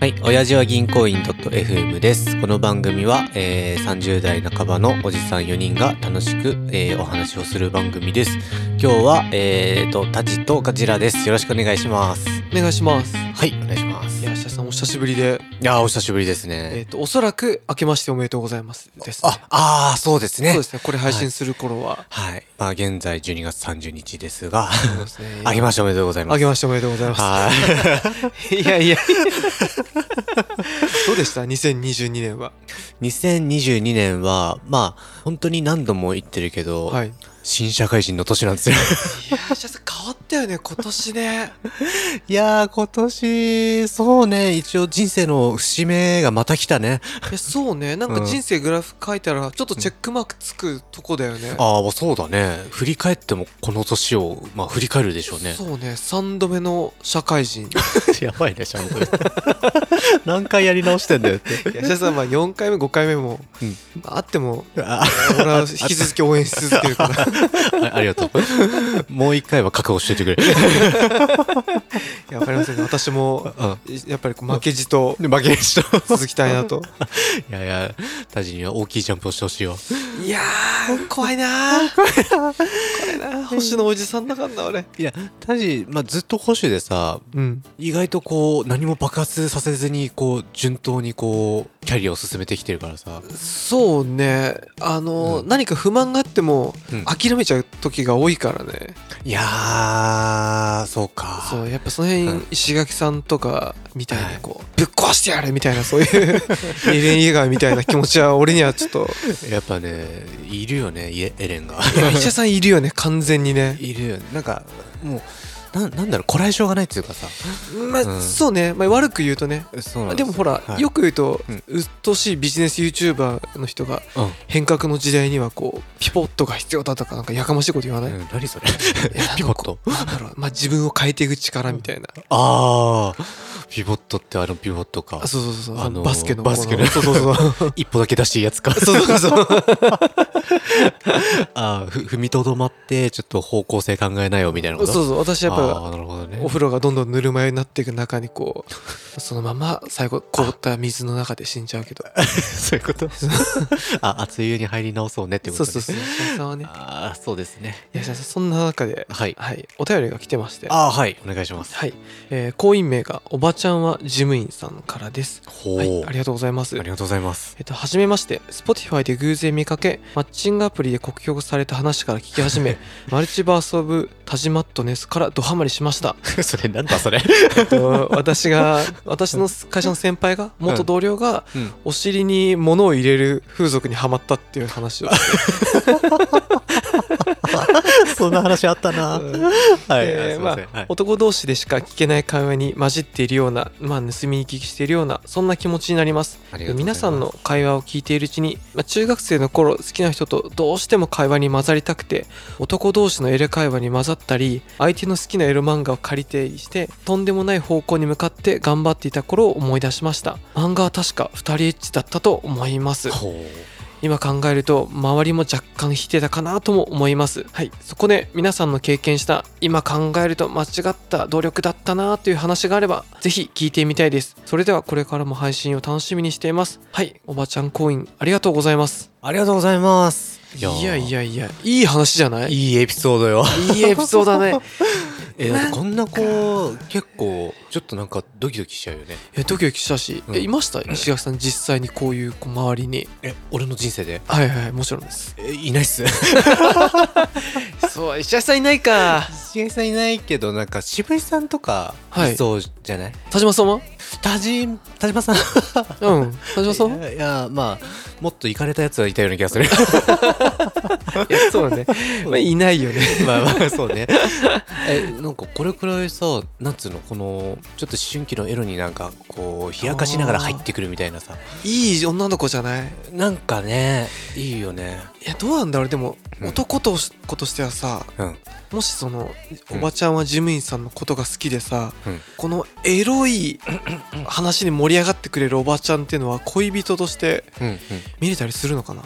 はい、親父は銀行員 .fm です。この番組は、えー30代半ばのおじさん4人が楽しく、えーお話をする番組です。今日は、えーと、タチとガジラです。よろしくお願いします。お願いします。はい、お願いします。いいや、やシャさんお久しぶりで、ー、お久しぶりですえっ、ね。と、おそらく明けましておめでとうございますです、ね。あ、あー、そうですね。そうですね。これ配信する頃は、はい。まあ、現在12月30日ですが、 そうです ねあげましておめでとうございます。明けましておめでとうございまはい。す。いやいや。 どうでした ?2022 年は。 2022年は、まあ、本当に何度も言ってるけど、はい。い新社会人の年なんですよ。やー、シャさん変わったよね、今年 ね。いやー、今年、そうね、一応人生の節目がまた来たね。いや、そうね。なんうかん人生グラフ書いたら、ちょっとチェックマークつくとこだよね。ああ、そうだね。振り返ってもこの年を、まあ振り返るでしょう ね。そうね。3度目の社会 人。いやばいね、ち ゃんと。何回やり直してんだよって。や、シャさんは4回目、5回目も、うんあっても、あ俺は引き続き応援し続けるから。あありがとう。もう一回は覚悟しててくれ。 いやわかりませんね。私も、うんやっぱりこう負けじとで、負けじと。続きたいなと。いやいや、タジには大きいジャンプをしてほしいよ。いやー、怖いなー。怖いなー。星のおじさんだからな、俺。いや、タジ、まあずっと保守でさ、うん。意外とこう、何も爆発させずに、こう、順当にこう、キャリアを進めてきてるからさ。そうね。あのーうん何か不満があっても、うん諦めちゃう時が多いからね。いやー、そうか。そう、やっぱその辺、うん石垣さんとか、みたいはいな、こう、ぶっ壊してやれみたいな、そういう、エレン・イェガーみたいな気持ちは、俺にはちょ っと、やっぱね、いるよね、イエエレンが。いや、医者さんいるよね、完全にね。 いるよね。なんか、もう、ななんだろう、こらえしょうがないっていうかさ。まあ、うんそうね。まあ、悪く言うとね、そうでもほら、よく、く言うと、うんうっとうしいビジネス YouTuber の人がうん変革の時代にはこうピポットが必要だとかなんかやかましいこと言わない、うん何それやなんかピボットなんだろうまあ自分を変えていく力みたいな、ああピボットってあのピボットかあそうそうそうそう、あのーバスケのバスケのこそうそう そうそう一歩だけ出していいや つかそうそうあーふ踏みとどまってちょっと方向性考えなよみたいなことそううそう私やっあーぱなるほどね お風呂がどんどんぬるま湯になっていく中にこうそのまま最後凍った水の中で死んじゃうけどそういうこと あ熱い湯に入り直そうねってこそとうねそうそう石田さんはねああそうですねいやそんな中ではいはい、お便りが来てましてああはいお願いしますはい、えー、行員名がおばちゃんは事務員さんからです。ほう、はい、あありがとうございます。りがとうございますえっと、はじめまして、Spotify で偶然見かけ、マッチングアプリで酷評された話から聞き始め、マルチバース・オブ・タジマットネスからドハマりしました。 それなんだそれ。えっと、私が、私の会社の先輩が、元同僚が、うん、お尻に物を入れる風俗にはまったっていう話をしてそんな話あった な。うんはい、えすーいまません。はあい、男同士でしか聞けない会話に混じっているような、まあ、盗み聞きしているようなそんな気持ちになりますありがとうございま皆すさんの会話を聞いているうちに、まあ、中学生の頃好きな人とどうしても会話に混ざりたくて男同士のエロ会話に混ざったり相手の好きなエロ漫画を借りてしてとんでもない方向に向かって頑張っていた頃を思い出しました漫画は確か2人エッチだったと思いますほう今考えると周りも若干引いてたかなとも思いますはいそこで皆さんの経験した今考えると間違った努力だったなという話があればぜひ聞いてみたいですそれではこれからも配信を楽しみにしていますはいおばちゃんコインありがとうございますありがとうございます。いやいやいやいい話じゃないいいいエピソードよ。いエピソードだね えー、なんかこんな子、結構、ちょっとなんかドキドキしちゃうよね。えドキドキしたし、うんえいました石垣さん実際にこういう子周りにえ、俺の人生ではいはいもちろんですえいないっ す。そう石垣さんいないかしげさんいないけど、なんか渋井さんとか、はいいそうじゃない田 島様田島、田島さん。うん田島様いやいや、まあ、もっと行かれたや つはいたような気がする。いやそうだね、まあ、いないよね まあまあそうねえなんかこれくらいさなんつうのこのちょっと思春期のエロになんかこう冷やかしながら入ってくるみたいなさいい女の子じゃないなんかねいいよねいやどうなんだろうでも、うん男とし子としてはさうんもしそのうおんばちゃんは事務員さんのことが好きでさ、うんこのエロい 話に盛り上がってくれるおばちゃんっていうのは恋人としてうんうん、見れたりするのかな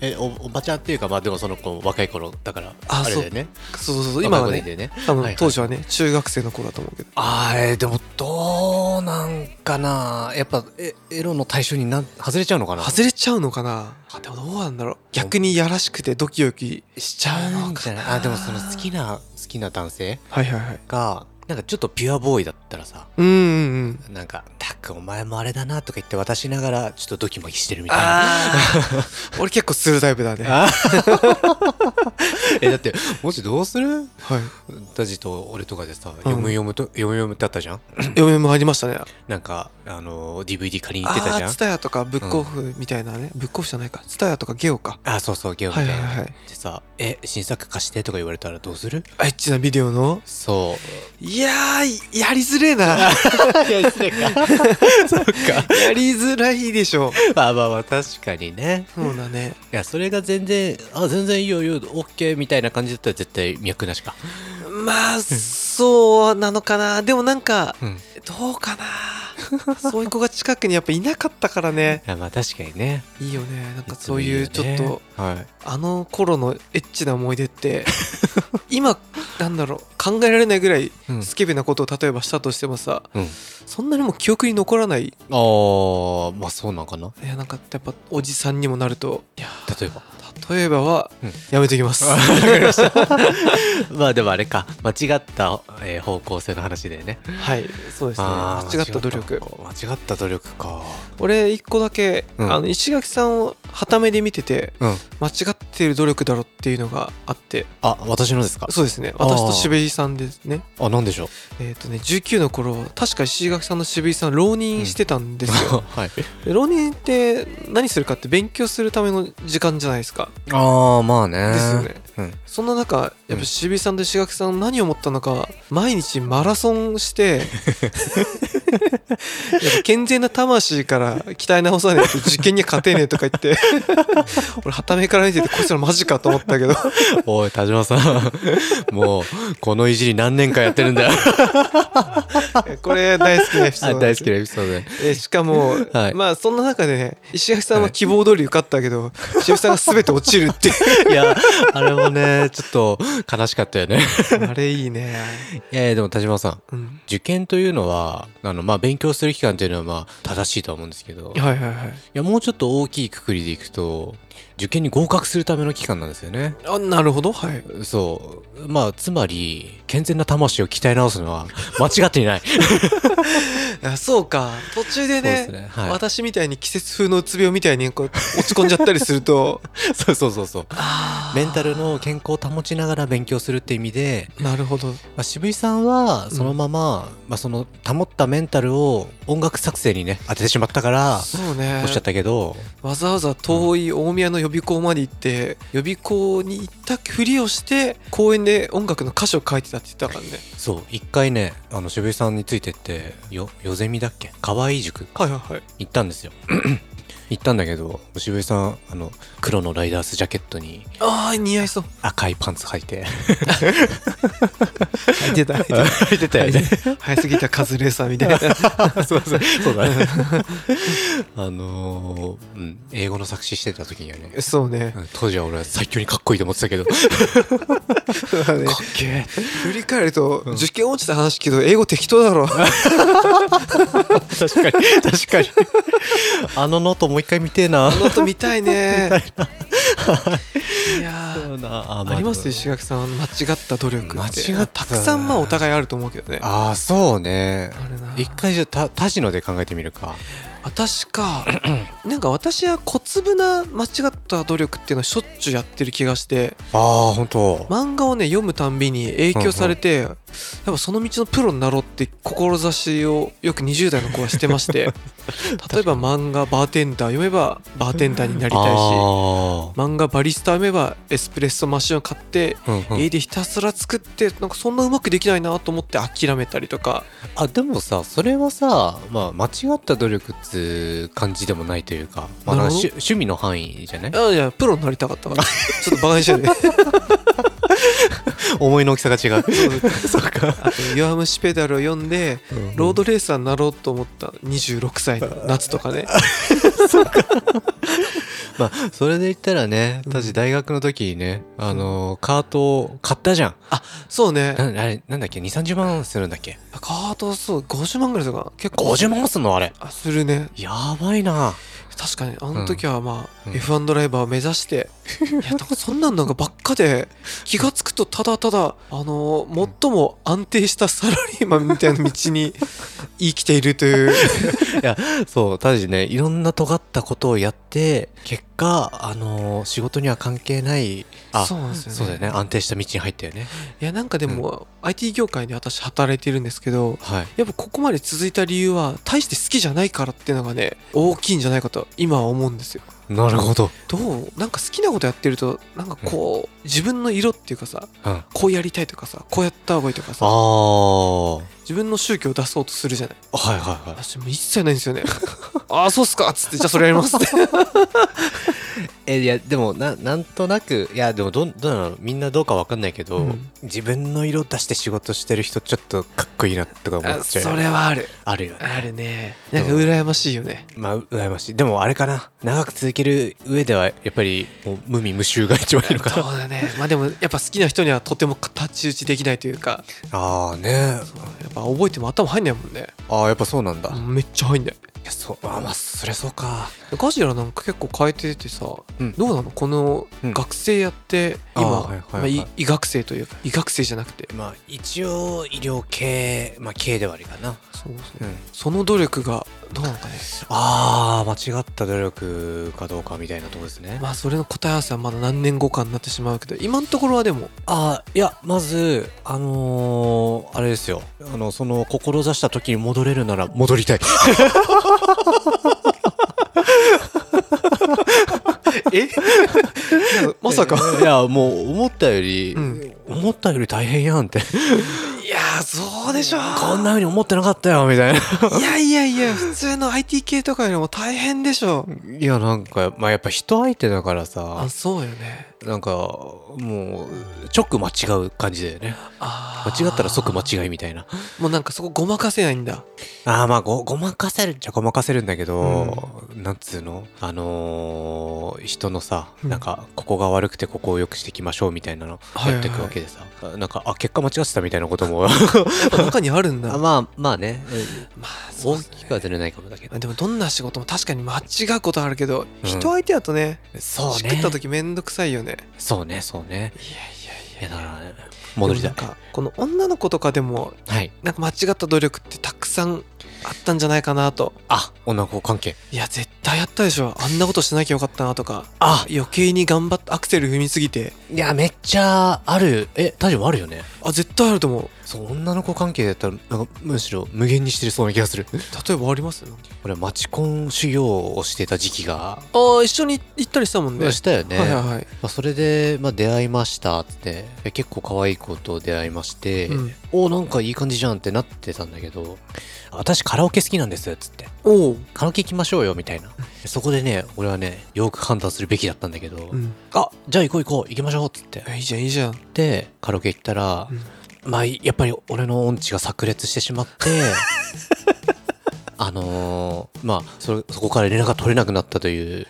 えおおばちゃんっていうかまあでもその子若い頃だからああれだよねそうそうそう今は若いね頃だよね多はいは分い当時はね中学生の子だと思うけどあーえーでもどうなんかなやっぱエエロの対象になん外れちゃうのかな外れちゃうのかなあでもどうなんだろう逆にやらしくてドキドキしちちゃゃううのんじかゃなないあでもその好きな好きな男性はいはいはいがなんかちょっとピュアボーイだったらさうんうんうんなんか「たっくんお前もあれだな」とか言って渡しながらちょっとドキマキしてるみたいなああ 俺結構するタイプだねはあえだってもしどうするい タジと俺とかでさ読む読むと読む読むってあったじゃん嫁もありましたねなんかあの DVD 借りにあ行ってたじゃあんツタヤとかブックオフみたいなね、ブックオフじゃないかツタヤとかゲオかあそうそうゲオみたいな、はいはいはいでさ「え新作貸して」とか言われたらどうするエッチなビデオのそう いやーやりづれ えなや失礼かそっかやりづらいでしょ まあまあまあ確かにねそうだねいやそれが全然あ全然いいよいいよ OK みたいな感じだったら絶対脈なしかまあそうなのかなでもなんかうんいどうかなそういう子が近くにやっぱいなかったからねやまあ確かにねいいよねなんかそういうつちもょっよねとはいあの頃のエッチな思い出って今なんだろう考えられないぐらいうんスケベなことを例えばしたとしてもさ、うんそんなにもう記憶に残らないあーまあそうなんかないやなんかやっぱおじさんにもなるといや例えば例えばはうんやめときます、 まあでもあれか間違った、えー方向性の話だよねはいそうですねあー間違った努力間違った努力か俺一個だけ、うんあの石垣さんを傍目で見ててうん間違ってる努力だろっていうのがあってあ私のですかそうですねあー私と渋井さんですねあなんでしょうえっ、とね19の頃確か石垣さんの渋井さん浪人してたんで すよ、はいで浪人って何するかって勉強するための時間じゃないですかああまあねですよねうんそんな中やっぱ渋井さんと石垣さん何を思ったのか毎日マラソンして やっぱ健全な魂から鍛え直さないと受験には勝てねえとか言って俺はためから見ててこいつらマジかと思った けどおい田島さん もうこのいじり何年間やってるん だよこれ大好きなエピソーあド大好きなエピソードでえーしかも、はいまあそんな中でね石垣さんは希望通り受かったけど、石垣さんが全て落ちるっていういやあれもねちょっと悲しかったよねあれいいね、 いやいやでも田島さんうん、受験というのはあの、まあ、勉強する期間というのは、まあ、正しいとは思うんですけどいはいはいはいやもうちょっと大きいくくりでいくと受験に合格するための期間なんですよねあなるほどはいそうまあつまり健全な魂を鍛え直すのは間違っていないあそうか途中 でねそうですねはい私みたいに季節風のうつ病みたいにこう落ち込んじゃったりするとそうそうそうそうあメンタルの健康を保ちながら勉強するって意味で、ルなるほどまあ、渋井さんはそのまま、まあ、その保ったメンタルを音楽作成にね当ててしまったからそうねおっしゃったけど、わざわざ遠い大宮の予備校まで行って予備校に行ったふりをして公園で音楽の歌詞を書いてたって言ってたからねそう一回ねあの渋井さんについてってよよゼミだっけ河合塾はいはいはい行ったんですよ 行ったんだけど渋井さんあの黒のライダースジャケットにああ似合いそう赤いパンツ履いて履いてた履いてた 履いてたよね早すぎたカズレーサーみたいな そうそうそうだね あのーうん、英語の作詞してた時にはねそうねうん当時は俺は最強 にかっこいいと思ってたけどけえ振り返ると受験落ちた話けど英語適当だろ確かに確かに あのノートもう一回見てえなノート見たいねいやーああります石垣さん間違った努力って間違ったくさんまあお互いあると思うけどねあああそうねるな一回じゃあた田代で考えてみるか私かなんか私は小粒な間違った努力っていうのはしょっちゅうやってる気がしてああ本当漫画をね読むたんびに影響されて、やっぱその道のプロになろうって志をよく20代の子はしてまして例えば漫画バーテンダー読めばバーテンダーになりたいしあ漫画バリスタ読めばエスプレッソマシンを買ってーうんうん家でひたすら作ってなんかそんなうまくできないなと思って諦めたりとかあでもさそれはさ、まあ、間違った努力っつう感じでもないというか,、まあ、なんかなるほど趣趣味の範囲じゃないあいやプロになりたかっ たからちょっとバカにしないで思いの大きさが違う そうか、あと「弱虫ペダル」を読んでロードレーサーになろうと思った26歳の夏とかねまあそれで言ったらね私大学の時にねあのーカートを買ったじゃんそうねなあれなんだっけ2 3 0万するんだっけカートそう50万ぐらいするかな結構50万すんのあれあするねやばいな確かにあの時はまあ、うん F1 ドライバーを目指していやなんかそんなんなんかばっかで気が付くとただただあのー最も安定したサラリーマンみたいな道に生きているというそうただしねいろんな尖ったことをやって結果あのー仕事には関係ないあそうなんですよねそうだよね安定した道に入ったよねいやなんかでも、IT 業界で私働いてるんですけどはいやっぱここまで続いた理由は大して好きじゃないからっていうのがね大きいんじゃないかと今は思うんですよなるほど、どうなんか好きなことやってるとなんかこう、自分の色っていうかさうん、あこうやりたいとかさこうやった方がいいとかあさー自分の宗教を出そうとするじゃないはいはいはい私もう一切ないんですよね ああそうっすかっつってじゃあそれやりますって えいやでもななんとなくいやでもどんどうなのみんなどうかわかんないけど、うん自分の色出して仕事してる人ちょっとかっこいいなとか思あっちゃうそれはあるあるよねあるねなんか羨ましいよ ねまあう羨ましいでもあれかな長く続ける上ではやっぱりもう無味無臭が一番いいのそうかなだねまあでもやっぱ好きな人にはとても太刀打ちできないというかああねやっぱ覚えても頭入んないもんねああやっぱそうなんだ、いめっちゃ入んないやそうあまあそりゃそうかガジラなんか結構変えててさ、うんどうなのこのうん学生やってあー今、はいはいはいまあい医学生というか医学生じゃなくてまあ一応医療系まあ系ではあれかなそうですうねんその努力がどうなのかねああ間違った努力かどうかみたいなとこですねまあそれの答え合わせはまだ何年後かになってしまうけど今のところはでもあいやまずあのーあれですよあのその志した時に戻れるなら戻 りたいえ まさか いやもう思ったより、うん思ったより大変やんって いやーそうでしょうこんなふうに思ってなかったよみたいないやいやいや普通の IT 系とかよりも大変でしょういやなんかまあやっぱ人相手だからさあそうよねなんかもう直間違う感じだよねあー間違ったら即間違いみたいなもうなんかそこごまかせないんだあーまあごごまかせるっちゃごまかせるんだけど、なんつうのあのー人のさ、うんなんかここが悪くてここを良くしていきましょうみたいなのはいやはっいはていいくわけでさ、あなんかあ結果間違ってたみたいなことも あやっぱ中にあるん だまあまあねうんまあそう大ですねきくはずれないかもだけどでもどんな仕事も確かに間違うことはあるけど、うん人相手だとねそうしくねった時めんどくさいよねそうねそうねいやいやだからね戻りたいでもなんかこの女の子とかでもはいなんか間違った努力ってたくさんあったんじゃないかなとあ女の子関係いや絶対あったでしょあんなことしなきゃよかったなとかあ余計に頑張ってアクセル踏みすぎていやめっちゃあるえ大丈夫あるよねあ絶対あると思うそう女の子関係だったらなんかむしろ無限にしてるそうな気がする例えばあります俺マチコン修行をしてた時期がああ一緒に行ったりしたもんねしたよね、はいまはいはい、あ、それで、まあ、出会いましたっつってえ結構可愛い子と出会いまして、うんおなんかいい感じじゃんってなってたんだけど私カラオケ好きなんですっつっておう、カラオケ行きましょうよみたいなそこでね俺はねよく判断するべきだったんだけど、うん、あじゃあ行こう行こう行きましょうっつっていいじゃんいいじゃんでカラオケ行ったら、うんまあやっぱり俺の音痴が炸裂してし まってあのーまあそれそこから連絡が取れなくなったという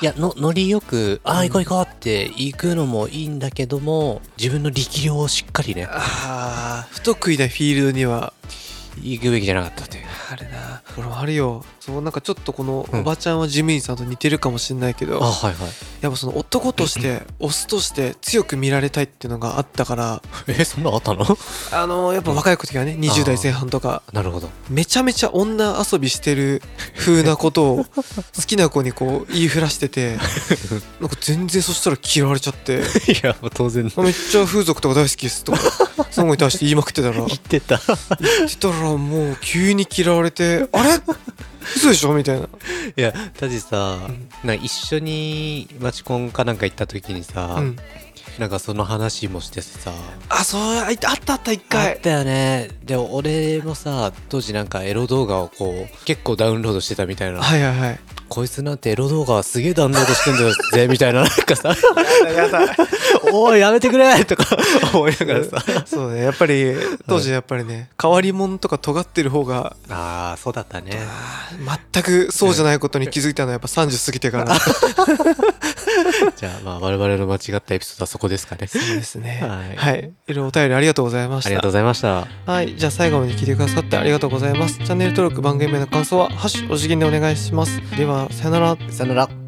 いやのノリよく「ああ行こう行こう」って行くのもいいんだけども自分の力量をしっかりねああ不得意なフィールドには行くべきじゃなかったという あるなこれもあるよそうなんかちょっとこのうんおばちゃんはジムインさんと似てるかもしれないけど、あはいはいやっぱその男としてオスとして強く見られたいっていうのがあったから えそんなのあったのあのーやっぱ若い時はね20代前半とか なるほ どめちゃめちゃ女遊びして る風なことを好きな子にこう言いふらし ててなんか全然そしたら嫌われちゃっいてや当然めっちゃ風俗とか大好きで すとかその子に対して言いまくってたら言って たしたらもう急に嫌われてあれ嘘でしょみたいないやタジさなんか一緒にマチコンかなんか行った時にさ、うんなんかその話もしてさあそうああったあったあ一っ回たよねで俺もさ当時なんかエロ動画をこう結構ダウンロードしてたみたいなはいはいはいこいつなんてエロ動画すげえダウンロードしてんだよぜみたいななんかさやだ「 おいやめてくれ!」と か思いながらさそうねやっぱり当時やっぱりね変わり者とか尖ってる方がああそうだったねあー全くそうじゃないことに気づいたのはやっぱ30過ぎてからじゃあまあ我々の間違ったエピソードはそこですかねですねはいはい、いろいろお便りありがとうございまあしりがとうごたざいましたはいじゃあ最後まで聞いてくださってありがとうございますチャンネル登録番組名の感想は「ハッシュお辞儀」でお願いしますではさよならさよなら